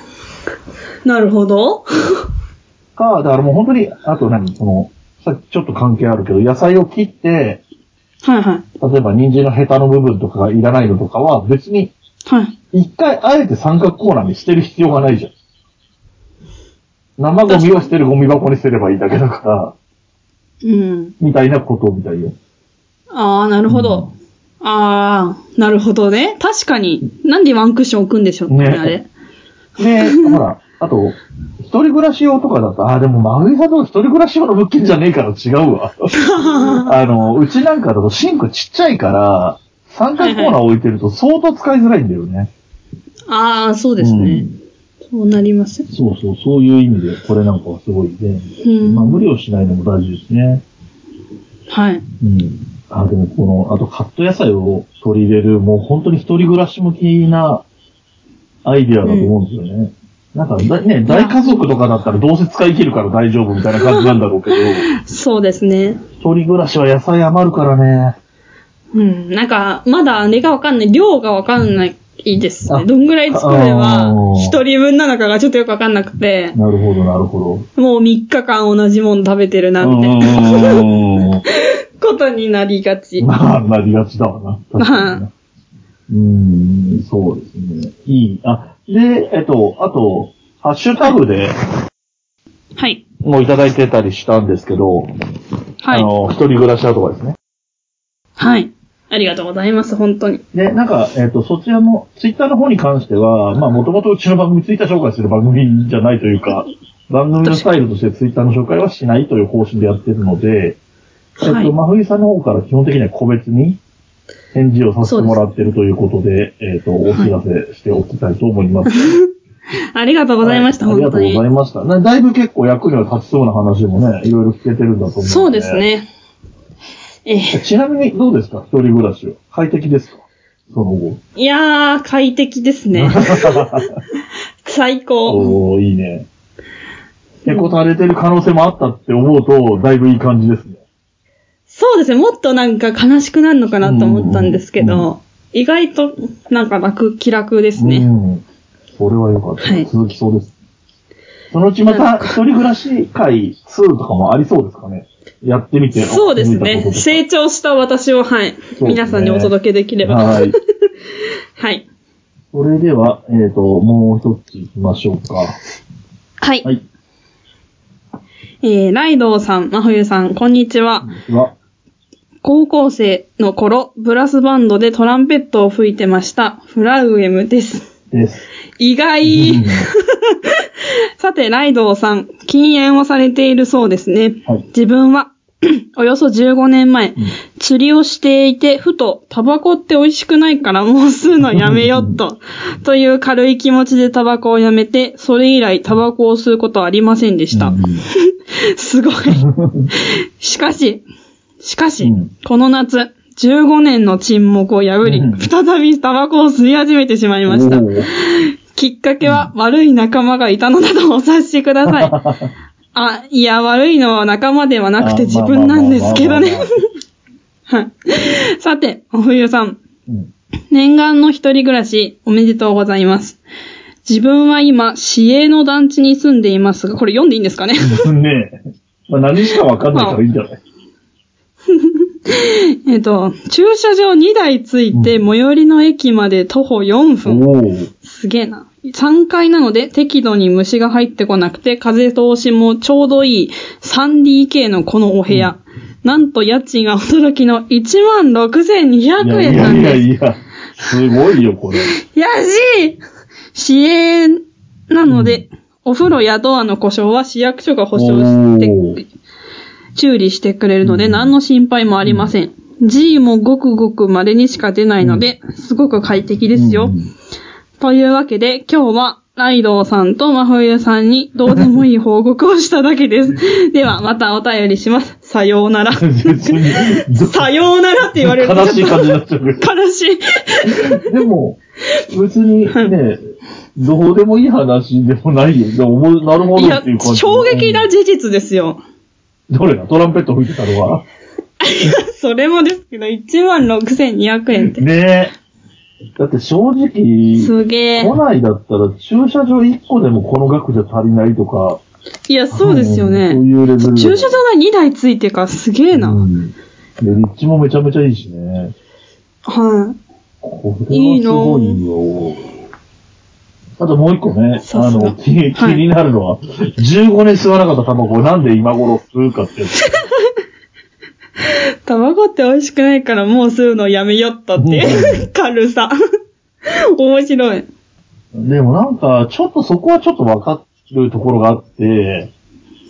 Speaker 1: あ。なるほど。
Speaker 3: か、だからもう本当に、あと何その、さっきちょっと関係あるけど、野菜を切って、
Speaker 1: はいはい。
Speaker 3: 例えば人参のヘタの部分とかがいらないのとかは、別に
Speaker 1: はい。
Speaker 3: 一回あえて三角コーナーに捨てる必要がないじゃん。生ゴミを捨てるゴミ箱に捨てればいいだけだから、
Speaker 1: うん。
Speaker 3: みたいなことみたいよ。
Speaker 1: ああ、なるほど。ああ、なるほどね。確かに。なんでワンクッション置くんでしょうね、
Speaker 3: ね
Speaker 1: あれ。
Speaker 3: [LAUGHS] で、ほら、あと、一人暮らし用とかだと、ああ、でも、真上さんの一人暮らし用の物件じゃねえから違うわ。 [LAUGHS] あの、うちなんかだとシンクちっちゃいから、三角コーナー置いてると相当使いづらいんだよね。
Speaker 1: ああ、そうですね。そうなりますよ。
Speaker 3: そうそう、そういう意味で、これなんかはすごい便利。
Speaker 1: うん
Speaker 3: まあ、無理をしないのも大事ですね。
Speaker 1: はい。
Speaker 3: うん。あ、でもこの、あとカット野菜を取り入れる、もう本当に一人暮らし向きなアイディアだと思うんですよね。なんかだ、ね、大家族とかだったらどうせ使い切るから大丈夫みたいな感じなんだろうけ [LAUGHS] ど、
Speaker 1: そうですね。
Speaker 3: 一人暮らしは野菜余るからね。
Speaker 1: うん。なんか、まだあれがわかんない。量がわかんないです
Speaker 3: あ
Speaker 1: ね。どんぐらい作れば
Speaker 3: あー、
Speaker 1: 一人分なのかがちょっとよくわかんなくて、
Speaker 3: なるほど、なるほど。
Speaker 1: もう3日間同じもの食べてるな、
Speaker 3: う
Speaker 1: みたいな
Speaker 3: ーん。 [LAUGHS]
Speaker 1: ことになりがち。
Speaker 3: まあ、なりがちだわな。確かに [LAUGHS] な。うーん、そうですね。いい。あ、で、えっと、あと、ハッシュタグで
Speaker 1: はい。
Speaker 3: もういただいてたりしたんですけど、
Speaker 1: は
Speaker 3: あ
Speaker 1: い。
Speaker 3: の、一人暮らしだとかですね。
Speaker 1: はい。ありがとうございます、本当に。
Speaker 3: で、なんか、えっ、と、そちらの、ツイッターの方に関しては、まあ、もともとうちの番組、ツイッター紹介する番組じゃないとい
Speaker 1: [LAUGHS]
Speaker 3: うか、番組のスタイルとしてツイッターの紹介はしないという方針でやってるので、えっ、
Speaker 1: はい
Speaker 3: と、まふぎさんの方から基本的には個別に返事をさせてもらってるということで、えっ、と、お知らせしておきたいと思います。
Speaker 1: ありがとうございました、
Speaker 3: はいあり
Speaker 1: 本
Speaker 3: がと
Speaker 1: 当
Speaker 3: うござ
Speaker 1: に。
Speaker 3: いました。なだいぶ結構役には立ちそうな話もね、いろいろ聞けてるんだと思う。
Speaker 1: そうです。ね。えー
Speaker 3: ちなみにどうですか一人暮らしは。快適ですかその後。
Speaker 1: いやー、快適です
Speaker 3: [LAUGHS]
Speaker 1: ね。最高。
Speaker 3: おー、いいね。結構垂れてる可能性もあったって思うと、だいぶいい感じですね。
Speaker 1: そうですね、もっとなんか悲しくなるのかなと思ったんですけど、意外となんか楽、気楽です
Speaker 3: う
Speaker 1: ね。
Speaker 3: ん。それは良かった。
Speaker 1: はい
Speaker 3: 続きそうです。そのうちまた、一人暮らし会2とかもありそうですかね。やってみて。あ
Speaker 1: そうです
Speaker 3: 見たこ
Speaker 1: ね。
Speaker 3: ととか
Speaker 1: 成長した私を、はい、
Speaker 3: すね
Speaker 1: 皆さんにお届けできれば。
Speaker 3: はい。
Speaker 1: はい。
Speaker 3: それでは、えっ、と、もう一つ行きましょうか。
Speaker 1: はい。
Speaker 3: はい。
Speaker 1: えー、ライドウさん、真冬さん、こんにちは。
Speaker 3: では、
Speaker 1: 高校生の頃、ブラスバンドでトランペットを吹いてました。フラウエムです。
Speaker 3: です。
Speaker 1: 意
Speaker 3: う
Speaker 1: 外
Speaker 3: ん。
Speaker 1: [LAUGHS] さて、ライドウさん、禁煙をされているそうですね。
Speaker 3: はい。
Speaker 1: 自分は、 [CLEARS THROAT] およそ15年前、釣りをしていて、ふと、タバコって美味しくないからもう吸うのやめよっ
Speaker 3: [LAUGHS]
Speaker 1: と、という軽い気持ちでタバコをやめて、それ以来タバコを吸うことはありませんでした。す
Speaker 3: [LAUGHS]
Speaker 1: ごい。しかし、しかし、
Speaker 3: うん
Speaker 1: この夏、15年の沈黙を破り、
Speaker 3: うん
Speaker 1: 再びタバコを吸い始めてしまいました
Speaker 3: お。ー
Speaker 1: きっかけは悪い仲間がいたのだとお察しください。あ、いや、悪いのは仲間ではなくて
Speaker 3: あ
Speaker 1: 自分なんですけどね
Speaker 3: まあまあまあまあ。
Speaker 1: はい。さて、おふゆさん。
Speaker 3: [LAUGHS] うん
Speaker 1: 念願の一人暮らし、おめでとうございます。自分は今、市営の団地に住んでいますが、これ読んでいいんですかね [LAUGHS]
Speaker 3: ですね。まあ、何しかわかんないからいいんじゃない
Speaker 1: えっと、駐車場2台ついて、最寄りの駅まで徒歩4分。
Speaker 3: おー
Speaker 1: すげえな。3階なので適度に虫が入ってこなくて風通しもちょうどいい 3DK のこのお部屋。なんと家賃が驚きの
Speaker 3: い
Speaker 1: 16,200
Speaker 3: や
Speaker 1: 円
Speaker 3: い
Speaker 1: な
Speaker 3: や
Speaker 1: ん
Speaker 3: いや
Speaker 1: です。
Speaker 3: いや、すごいよ、これ。
Speaker 1: 安い市営なので、お風呂やドアの故障は市役所が保証
Speaker 3: お
Speaker 1: して
Speaker 3: ー、
Speaker 1: 修理してくれるので何の心配もありません。G もごくごく稀にしか出ないので、すごく快適ですよ。
Speaker 3: うん
Speaker 1: というわけで、今日は、ライドウさんと真冬さんにどうでもいい報告をしただけ
Speaker 3: [LAUGHS]
Speaker 1: です。では、またお便りします。さようなら。
Speaker 3: 別に、ずっ
Speaker 1: さようならって言われると
Speaker 3: 悲し
Speaker 1: ち
Speaker 3: い
Speaker 1: ょっ
Speaker 3: 感じになっちゃうけ
Speaker 1: と悲しい。
Speaker 3: ど。でも、別にね、どうでもいい話でもないよ。でも思うなるほ
Speaker 1: い
Speaker 3: ど
Speaker 1: や
Speaker 3: っていう感、じ。
Speaker 1: 衝撃な事実ですよ。 [LAUGHS]
Speaker 3: うん。どれだトランペット吹いてたのは
Speaker 1: それもですけど、16,200円って。
Speaker 3: ねえ。だって正直、
Speaker 1: すげえ
Speaker 3: 都。内だったら駐車場1個でもこの額じゃ足りないとか。
Speaker 1: いや、そうですよ
Speaker 3: んそ
Speaker 1: ね
Speaker 3: う。いうレベルだもん。
Speaker 1: 駐車場が2台ついてからすげえな。
Speaker 3: う
Speaker 1: はい、
Speaker 3: ん。で、立地もめちゃめちゃいいしね。これはすごいよ。あともう一個ね、
Speaker 1: さ
Speaker 3: あ
Speaker 1: すが
Speaker 3: の、気気
Speaker 1: はい
Speaker 3: になるのは、15年吸わなかったタバコをなんで今頃吸うかってやつ。
Speaker 1: タバコって美味しくないからもう吸うのやめよったっていう軽さ。面白い。
Speaker 3: でもなんか、ちょっとそこはちょっとわかるところがあって、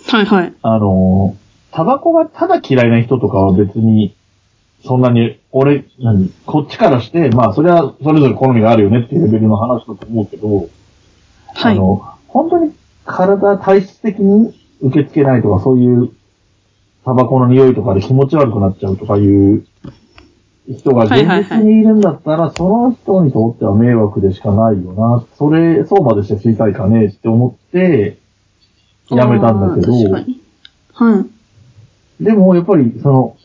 Speaker 1: はいはい。
Speaker 3: あの、タバコがただ嫌いな人とかは別に、そんなに、俺、何、こっちからして、まあ、それはそれぞれ好みがあるよねっていうレベルの話だと思うけど、
Speaker 1: は
Speaker 3: あ
Speaker 1: い。
Speaker 3: の、本当に体体質的に受け付けないとか、そういう、タバコの匂いとかで気持ち悪くなっちゃうとかいう人が現実にいるんだったら、その人にとっては迷惑でしかないよな。それ、そうまでして知りたいかねえって思って、やめたんだけど
Speaker 1: あー確かに。はい。
Speaker 3: でもやっぱり、その、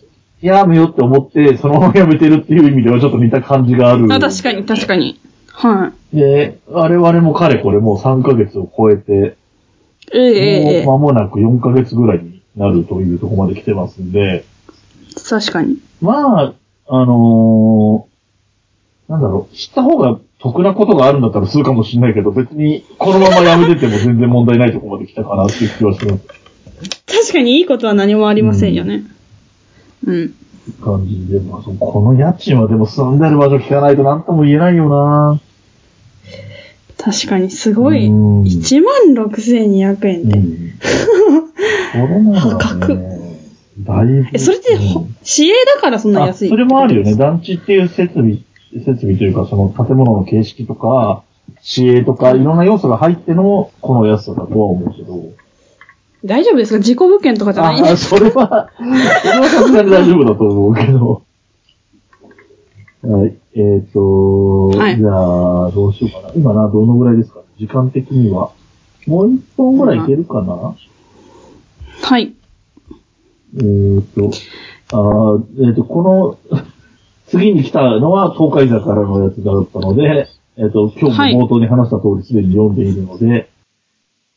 Speaker 3: やめよって思って、そのままやめてるっていう意味ではちょっと似た感じがある。
Speaker 1: あ、確かに、確かに。は
Speaker 3: で、我々もかれこれもう3ヶ月を超えて、
Speaker 1: い。ええええええ
Speaker 3: もう間もなく4ヶ月ぐらいになるというところまで来てますんで、
Speaker 1: 確かに。
Speaker 3: まあ、あのーなんだろう、知った方が得なことがあるんだったらするかもしれないけど、別にこのままやめてても全然問題ないところまで来たかなっていう気はします
Speaker 1: 確かにいいことは何もありませんよね。うん。
Speaker 3: 感じで、まあ、そのこの家賃はでも住んでる場所聞かないと何とも言えないよな
Speaker 1: 確かに、すごい。
Speaker 3: うん
Speaker 1: 16,200
Speaker 3: う
Speaker 1: 円で。
Speaker 3: ん。
Speaker 1: [LAUGHS]
Speaker 3: これなん
Speaker 1: 破
Speaker 3: だよ
Speaker 1: 格
Speaker 3: ね。だいぶ。
Speaker 1: え、それってほ、
Speaker 3: うん
Speaker 1: 市営だからそんな
Speaker 3: あ
Speaker 1: 安い
Speaker 3: それもあるよね。。団地っていう設備、設備というか、その建物の形式とか、市営とか、いろんな要素が入っての、この安さだとは思うけど。
Speaker 1: 大丈夫ですか事故物件とかじゃないん
Speaker 3: あ、
Speaker 1: で
Speaker 3: あ
Speaker 1: す
Speaker 3: それは、それはさすがに大丈夫だと思うけど。はい。えっ、と、
Speaker 1: はい
Speaker 3: じゃあ、どうしようかな。今な、どのぐらいですか時間的には。もう一本ぐらいいけるかな、
Speaker 1: はい。
Speaker 3: えーっと、あーえーっと、この、次に来たのは東海座からのやつだったので、えーっと、今
Speaker 1: はい
Speaker 3: 日も冒頭に話した通りすでに読んでいるので、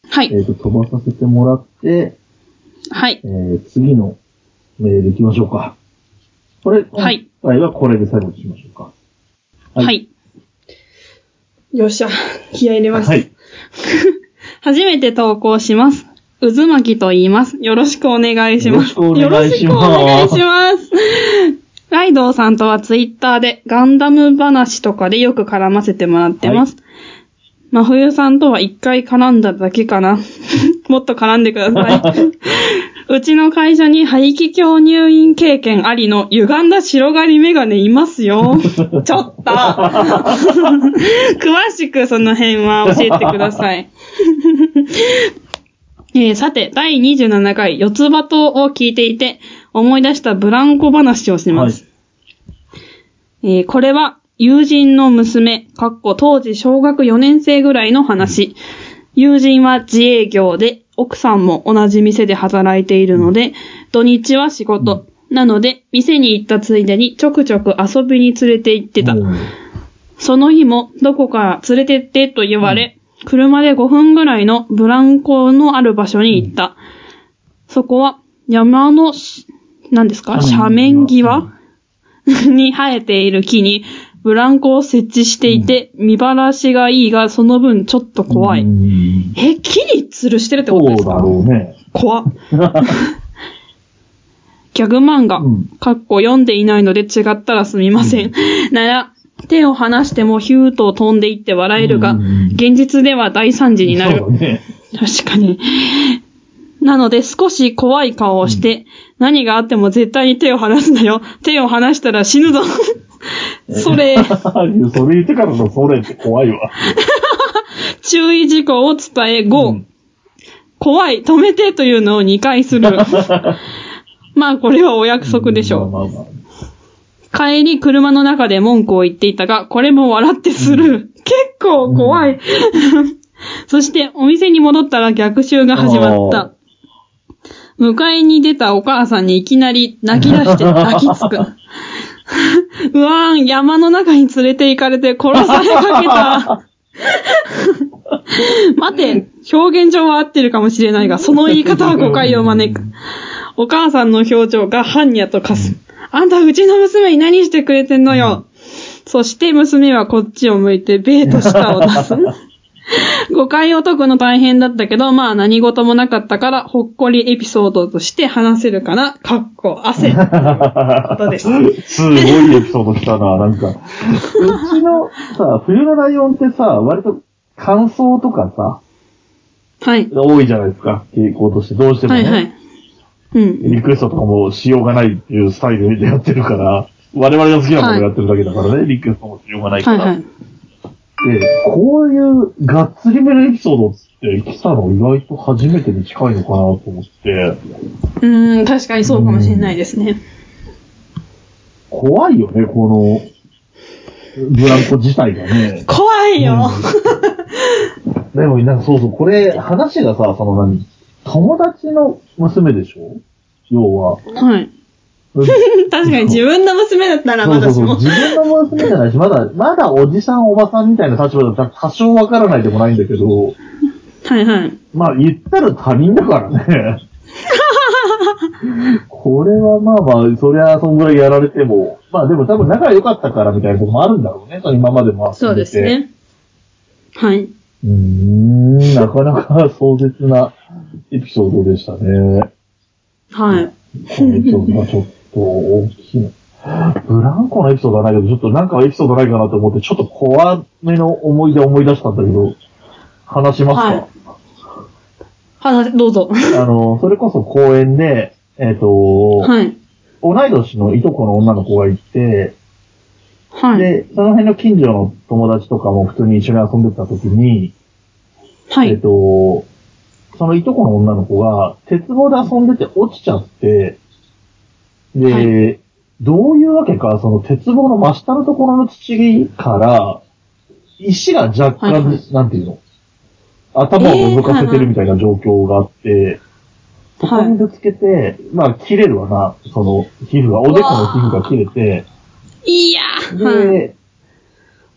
Speaker 1: は
Speaker 3: え
Speaker 1: い。
Speaker 3: ーっと、飛ばさせてもらって、
Speaker 1: はい
Speaker 3: え。ー次のメール行きましょうか。これ、
Speaker 1: はい
Speaker 3: 今回はこれで最後にしましょうか。はい
Speaker 1: はい。よっしゃ。気合い入れます。
Speaker 3: はい。
Speaker 1: 初めて投稿します。渦巻きと言います。よろしくお願いします。
Speaker 3: よろしくお願いしま
Speaker 1: よろ
Speaker 3: す
Speaker 1: しくお願いします。ライドウさんとはツイッターでガンダム話とかでよく絡ませてもらってます。真冬さんとは一回絡んだだけかな。 [LAUGHS] もっと絡んでくだ
Speaker 3: [LAUGHS]
Speaker 1: さい。うちの会社に排気境入院経験ありの歪んだ白刈りメガネいます
Speaker 3: [LAUGHS]
Speaker 1: よ。ちょっと詳しくその辺は教えてください。えーさて、第27回、四つ葉とを聞いていて、思い出したブランコ話をします。えーこれは、友人の娘、かっこ当時小学4年生ぐらいの話。友人は自営業で、奥さんも同じ店で働いているので、土日は仕事。なので、店に行ったついでにちょくちょく遊びに連れて行ってた。
Speaker 3: うん
Speaker 1: その日もどこか連れてってと言われ、車で5分ぐらいのブランコのある場所に行った。そこは山のし、何ですか
Speaker 3: 斜
Speaker 1: 斜
Speaker 3: 面
Speaker 1: 面
Speaker 3: 際
Speaker 1: 際 [LAUGHS] に生えている木にブランコを設置していて、見晴らしがいいが、その分ちょっと怖い。
Speaker 3: うん
Speaker 1: え、木に吊るしてるって
Speaker 3: そ
Speaker 1: こと
Speaker 3: う
Speaker 1: です
Speaker 3: だ
Speaker 1: か
Speaker 3: ろうね。
Speaker 1: 怖っギャグ漫画、
Speaker 3: うん
Speaker 1: かっこ読んでいないので違ったらすみません。なら、手を離してもヒューと飛んでいって笑えるが、
Speaker 3: うんうんうん
Speaker 1: 現実では大惨事になる
Speaker 3: そう。だね。
Speaker 1: 確かに。なので少し怖い顔をして、何があっても絶対に手を離すなよ。手を離したら死ぬ
Speaker 3: [LAUGHS]
Speaker 1: ぞ。それ、
Speaker 3: それ言ってからのそれって怖いわ。
Speaker 1: 注意事項を伝え5、
Speaker 3: うん
Speaker 1: 怖い、止めてというのを2回する。
Speaker 3: [LAUGHS]
Speaker 1: まあこれはお約束でしょう。
Speaker 3: まあまあまあ
Speaker 1: 帰り車の中で文句を言っていたが、これも笑ってする。結構怖い。 [LAUGHS] そしてお店に戻ったら逆襲が始まっ
Speaker 3: あー
Speaker 1: た。迎えに出たお母さんにいきなり泣き出して抱きつく。うわーん、山の中に連れて行かれて殺されかけた。待て、表現上は合ってるかもしれないが、その言い方は誤解を招く。お母さんの表情が般若と化す。あんた、うちの娘に何してくれてんのよ。そして娘はこっちを向いて、ベーと舌を出す。誤解を解くの大変だったけど、まあ何事もなかったから、ほっこりエピソードとして話せるかな、かっこ汗。ことです。
Speaker 3: すごいエピソード来たな、なんか。うちのさ、冬のライオンってさ、割と感想とかさ、
Speaker 1: はい。
Speaker 3: 多いじゃないですか、傾向として。どうしても
Speaker 1: は
Speaker 3: ね。
Speaker 1: いはい。うん。
Speaker 3: リクエストとかもしようがないっていうスタイルでやってるから、我々が好きなものをやってるだけだからね、リクエストもしようがないか
Speaker 1: はい
Speaker 3: ら。
Speaker 1: はい。
Speaker 3: で、こういうがっつりめのエピソードって来たの意外と初めてに近いのかなと思って、
Speaker 1: うん、確かにそうかもしれないですね。
Speaker 3: 怖いよね、この、ブランコ自体がね。
Speaker 1: 怖いよ、
Speaker 3: でも、なんかそうそう、これ、話がさ、その何、友達の娘でしょ
Speaker 1: [LAUGHS]
Speaker 3: 要は。
Speaker 1: はい。確かに自分の娘だったら
Speaker 3: そうそう
Speaker 1: 私
Speaker 3: そう
Speaker 1: も。
Speaker 3: 自分の娘じゃないし、まだ、まだおじさん、おばさんみたいな立場だったら多少わからないでもないんだけど、
Speaker 1: はいはい。
Speaker 3: まあ言ったら他人だ
Speaker 1: [LAUGHS]
Speaker 3: からね。これはまあまあ、そりゃそんぐらいやられても、まあでも多分仲良かったからみたいなこともあるんだろうね、その今までもあって
Speaker 1: そうです。ね。はい。
Speaker 3: うーん、なかなか壮絶なエピソードでしたね。
Speaker 1: はい。
Speaker 3: このエピソードがちょっと大きいの。ブランコのエピソードはないけど、ちょっとなんかエピソードないかなと思って、ちょっと怖めの思い出思い出したんだけど、話しますか、
Speaker 1: 話、どうぞ。
Speaker 3: あの、それこそ公園で、えっ、と、
Speaker 1: はい。
Speaker 3: 同い年のいとこの女の子がいて、
Speaker 1: はい。
Speaker 3: で、その辺の近所の友達とかも普通に一緒に遊んでた時に、
Speaker 1: は
Speaker 3: えっ、
Speaker 1: い。
Speaker 3: と、そのいとこの女の子が、鉄棒で遊んでて落ちちゃって、で、
Speaker 1: は
Speaker 3: どういうわけか、その鉄棒の真下のところの土から、石が若干、
Speaker 1: はいはい
Speaker 3: なんていうの頭を覗かせてるみたいな状況があって、そこにぶつけて、まあ切れるわな、その皮膚が、おでこの皮膚が切れて、
Speaker 1: いや
Speaker 3: で、
Speaker 1: はい。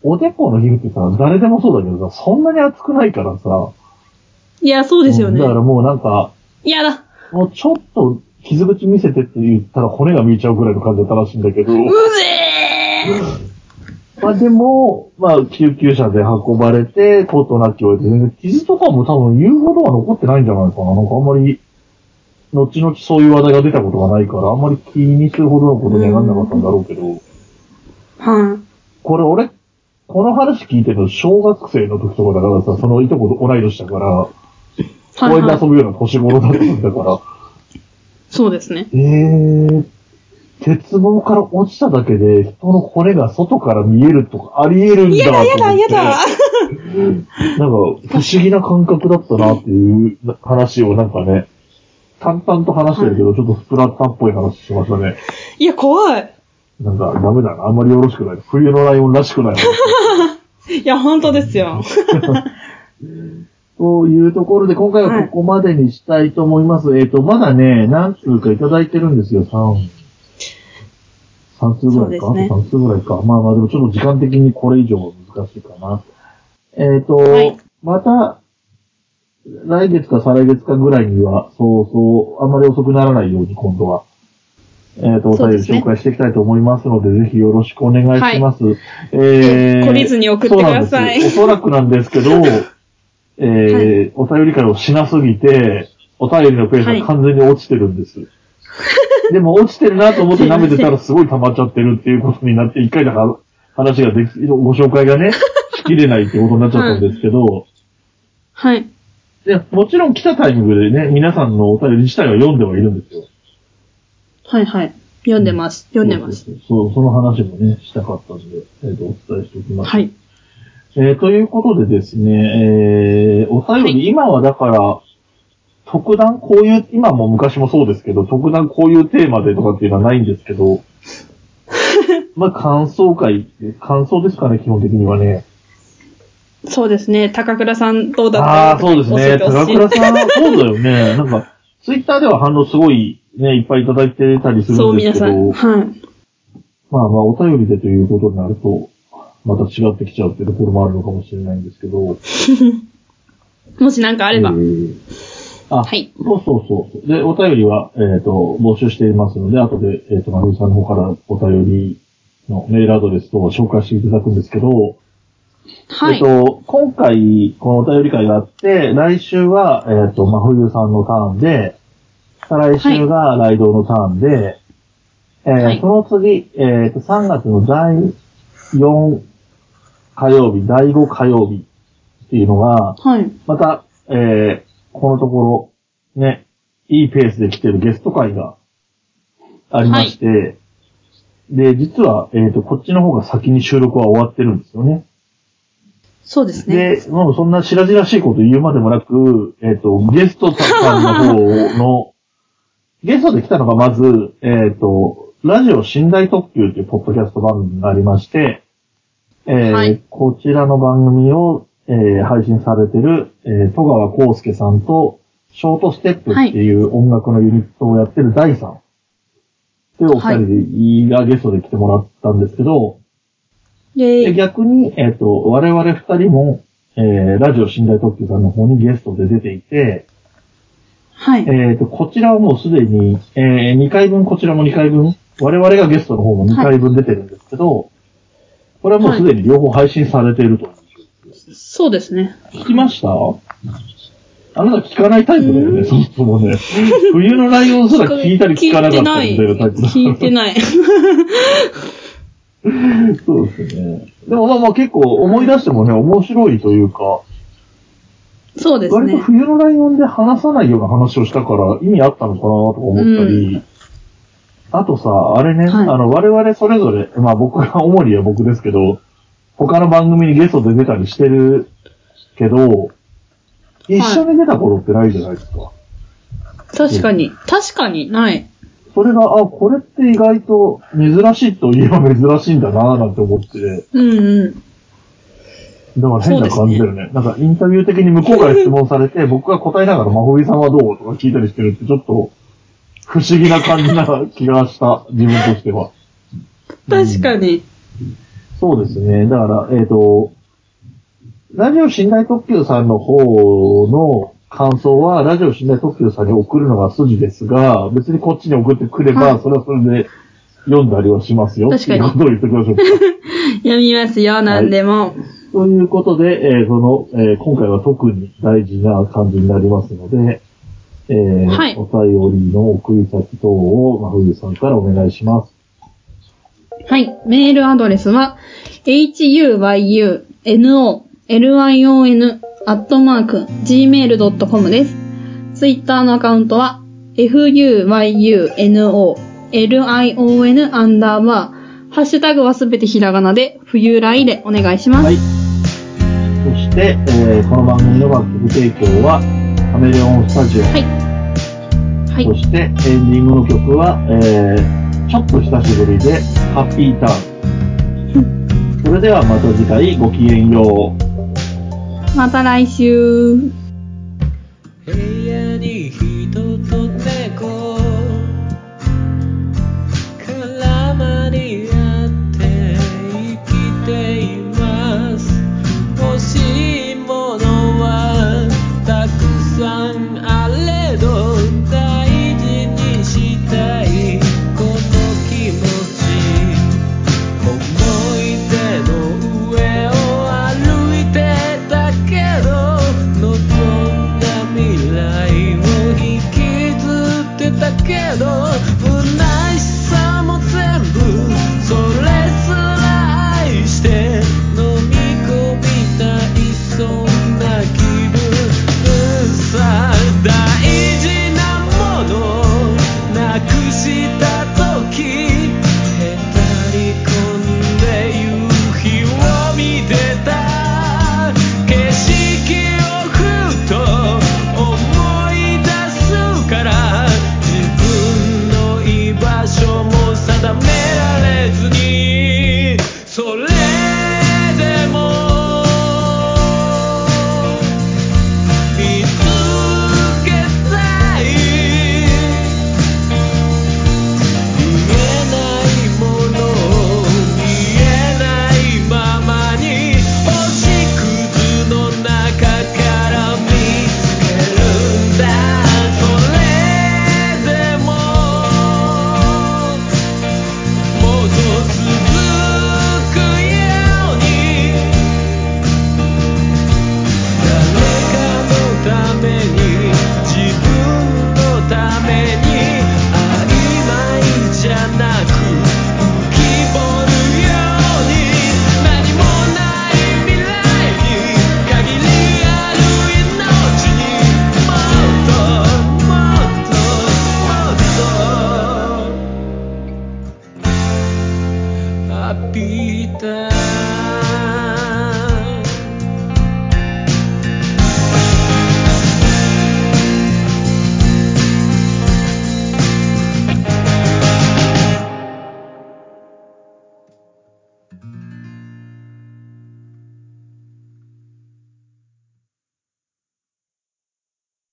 Speaker 3: おでこの皮膚ってさ、誰でもそうだけどさ、そんなに熱くないからさ、
Speaker 1: いや、そうですよね
Speaker 3: だ。からもうなんか、
Speaker 1: いやだ。
Speaker 3: もうちょっと傷口見せてって言ったら骨が見えちゃうぐらいの感じだったらしいんだけど、
Speaker 1: うぜー
Speaker 3: まあでも、まあ救急車で運ばれて、コートなきを得て、全然傷とかも多分言うほどは残ってないんじゃないかな。なんかあんまり、後々そういう話題が出たことがないから、あんまり気にするほどのことにはなんなかったんだろうけど、
Speaker 1: は
Speaker 3: これ俺、この話聞いてるの小学生の時とかだからさ、そのいとこと同い年だから、
Speaker 1: い。は
Speaker 3: 公
Speaker 1: い、
Speaker 3: 園で
Speaker 1: は
Speaker 3: 遊
Speaker 1: い。
Speaker 3: ぶような年頃だったんだから、
Speaker 1: そうですね。
Speaker 3: えー、鉄棒から落ちただけで人の骨が外から見えるとかありえるんだ
Speaker 1: やだ、や
Speaker 3: と思
Speaker 1: だ、
Speaker 3: って
Speaker 1: やだ。
Speaker 3: なんか不思議な感覚だったなっていう話をなんかね、淡々と話してるけど、ちょっとスプラッターっぽい話しましたね。
Speaker 1: いや、怖い。
Speaker 3: なんかダメだな。あんまりよろしくない。冬のライオンらしくない話。
Speaker 1: いや、本当ですよ。
Speaker 3: というところで、今回はここまでにしたいと思います。えっ、と、まだね、何通かいただいてるんですよ、3。3通ぐらいか、
Speaker 1: そうですね
Speaker 3: あと3通ぐらいか。まあまあ、でもちょっと時間的にこれ以上は難しいかな。えっ、と、
Speaker 1: はい
Speaker 3: また、来月か再来月かぐらいには、そうそう、あんまり遅くならないように、今度は。えっ、と、お
Speaker 1: そう
Speaker 3: 便
Speaker 1: で
Speaker 3: り
Speaker 1: すね
Speaker 3: 紹介していきたいと思いますので、ぜひよろしくお願いします。えー
Speaker 1: 懲りずに送ってください
Speaker 3: そうなんですよおそらくなんですけど、えーお便り会をしなすぎて、お便りのペースが完全に落ちてる
Speaker 1: [LAUGHS]
Speaker 3: んです。でも落ちてるなと思って舐めてたらすごい溜まっちゃってるっていうことになって、一回だから話ができ、ご紹
Speaker 1: [LAUGHS]
Speaker 3: 介がね、しきれないってことになっちゃったんですけど、
Speaker 1: はい。
Speaker 3: でもちろん来たタイミングでね、皆さんのお便り自体は読んではいるんですよ。
Speaker 1: はい、はい。読んでます。読んでます。
Speaker 3: そうそうそう、その話もね、したかったんで、えっ、と、お伝えしておきます。
Speaker 1: はい。
Speaker 3: えーということでですね、えー、お便り、
Speaker 1: はい
Speaker 3: 今はだから、特段こういう、今も昔もそうですけど、特段こういうテーマでとかっていうのはないんですけ
Speaker 1: [LAUGHS]
Speaker 3: ど、まあ感想会、感想ですかね、基本的にはね。
Speaker 1: そうですね。高倉さん、どうだった
Speaker 3: ああー、そうですね。高倉さん、そうだ
Speaker 1: [LAUGHS]
Speaker 3: よね。なんか、ツイッターでは反応すごいね、いっぱいいただいてたりす
Speaker 1: ん。そ
Speaker 3: る
Speaker 1: う、
Speaker 3: んで
Speaker 1: 皆
Speaker 3: すけ
Speaker 1: さん。
Speaker 3: ど、
Speaker 1: はい。
Speaker 3: まあまあお便りでということになると、また違ってきちゃうっていうところもあるのかもしれないんですけど、
Speaker 1: もしなんかあれば。
Speaker 3: え
Speaker 1: は
Speaker 3: ーあ、
Speaker 1: はい
Speaker 3: そうそうそう。で、お便りは、えっ、と、募集していますので、後で、えっ、と、まふさんの方からお便りのメールアドレス等を紹介していただくんですけど、え
Speaker 1: い。
Speaker 3: っ、と、今回、このお便り会があって、来週は、えっ、と、まふゆさんのターンで、再来週がライドのターンで、えー
Speaker 1: はい
Speaker 3: その次、えっ、と、3月の第4火曜日、第5火曜日っていうのが、
Speaker 1: はい。
Speaker 3: また、えー、このところ、ね、いいペースで来てるゲスト会がありまして、で、実は、えっ、と、こっちの方が先に収録は終わってるんですよね。
Speaker 1: そうですね。
Speaker 3: で、もうそんな白々しいこと言うまでもなく、えっ、と、ゲストさんの方の、 [LAUGHS] ゲストで来たのがまず、えっ、と、ラジオ寝台特急っていうポッドキャスト番組がありまして、えー
Speaker 1: はい
Speaker 3: こちらの番組を、えー配信されてる、えー戸川康介さんと、ショートステップっていう音楽のユニットをやってるダイさん。っていうお二人で、いいがゲストで来てもらったんですけど、
Speaker 1: で
Speaker 3: で、逆に、えっ、と、我々二人も、えー、ラジオ寝台特急さんの方にゲストで出ていて、
Speaker 1: は
Speaker 3: えっ
Speaker 1: い。、
Speaker 3: と、こちらはもうすでに、えー、2回分、こちらも2回分、我々がゲストの方も2回分出てるんですけど、これはもうすでに両方配信されていると。
Speaker 1: そうですね。
Speaker 3: 聞きましたあなた聞かないタイプだよ
Speaker 1: う
Speaker 3: ね、
Speaker 1: ん
Speaker 3: そもそもね。冬のライオンすら聞いたり聞かなかった
Speaker 1: 聞
Speaker 3: り
Speaker 1: い
Speaker 3: みた
Speaker 1: て
Speaker 3: い
Speaker 1: ない。
Speaker 3: なタイプだ
Speaker 1: 聞いてない。 [LAUGHS]
Speaker 3: そうですね。でもまあまあ結構思い出してもね、面白いというか、
Speaker 1: そうです
Speaker 3: 割と
Speaker 1: ね。
Speaker 3: 冬のライオンで話さないような話をしたから意味あったのかなとか思ったり、あとさ、あれね、
Speaker 1: はい
Speaker 3: あの、我々それぞれ、まあ僕が主には僕ですけど、他の番組にゲストで出たりしてるけど、一緒に出た頃ってないじゃないですか。
Speaker 1: 確かに。確かにない。
Speaker 3: それが、あ、これって意外と珍しいといえば珍しいんだなぁなんて思って、
Speaker 1: うんうん。
Speaker 3: だから変な感じだよね。なんかインタビュー的に向こうから質問されて、僕が答えながら、まほぎさんはどうとか聞いたりしてるって、ちょっと、不思議な感じな気がした、自分としては。
Speaker 1: 確かに。
Speaker 3: そうですね。だから、えっ、と、ラジオ寝台特急さんの方の感想は、ラジオ寝台特急さんに送るのが筋ですが、別にこっちに送ってくれば、
Speaker 1: はい
Speaker 3: それはそれで読んだりはしますよ。
Speaker 1: 確かに
Speaker 3: っていうことを言ってください。
Speaker 1: 読みますよ、何でも。
Speaker 3: ということで、えーその、えー今回は特に大事な感じになりますので、えー
Speaker 1: はい
Speaker 3: お便りの送り先等を、まふゆさんからお願いします。
Speaker 1: はい。メールアドレスは、huyuno,lion, アットマーク、gmail.com です。ツイッターのアカウントは、fuyuno, lion, アンダーバー、ハッシュタグはすべてひらがなで、冬来でお願いします。
Speaker 3: はい。そして、えーこの番組の楽曲提供は、カメレオンスタジオ。
Speaker 1: はい。はい。
Speaker 3: そして、エンディングの曲は、えーちょっと久しぶりで、ハッピーターン。それではまた次回ごきげんよう。
Speaker 1: また来週。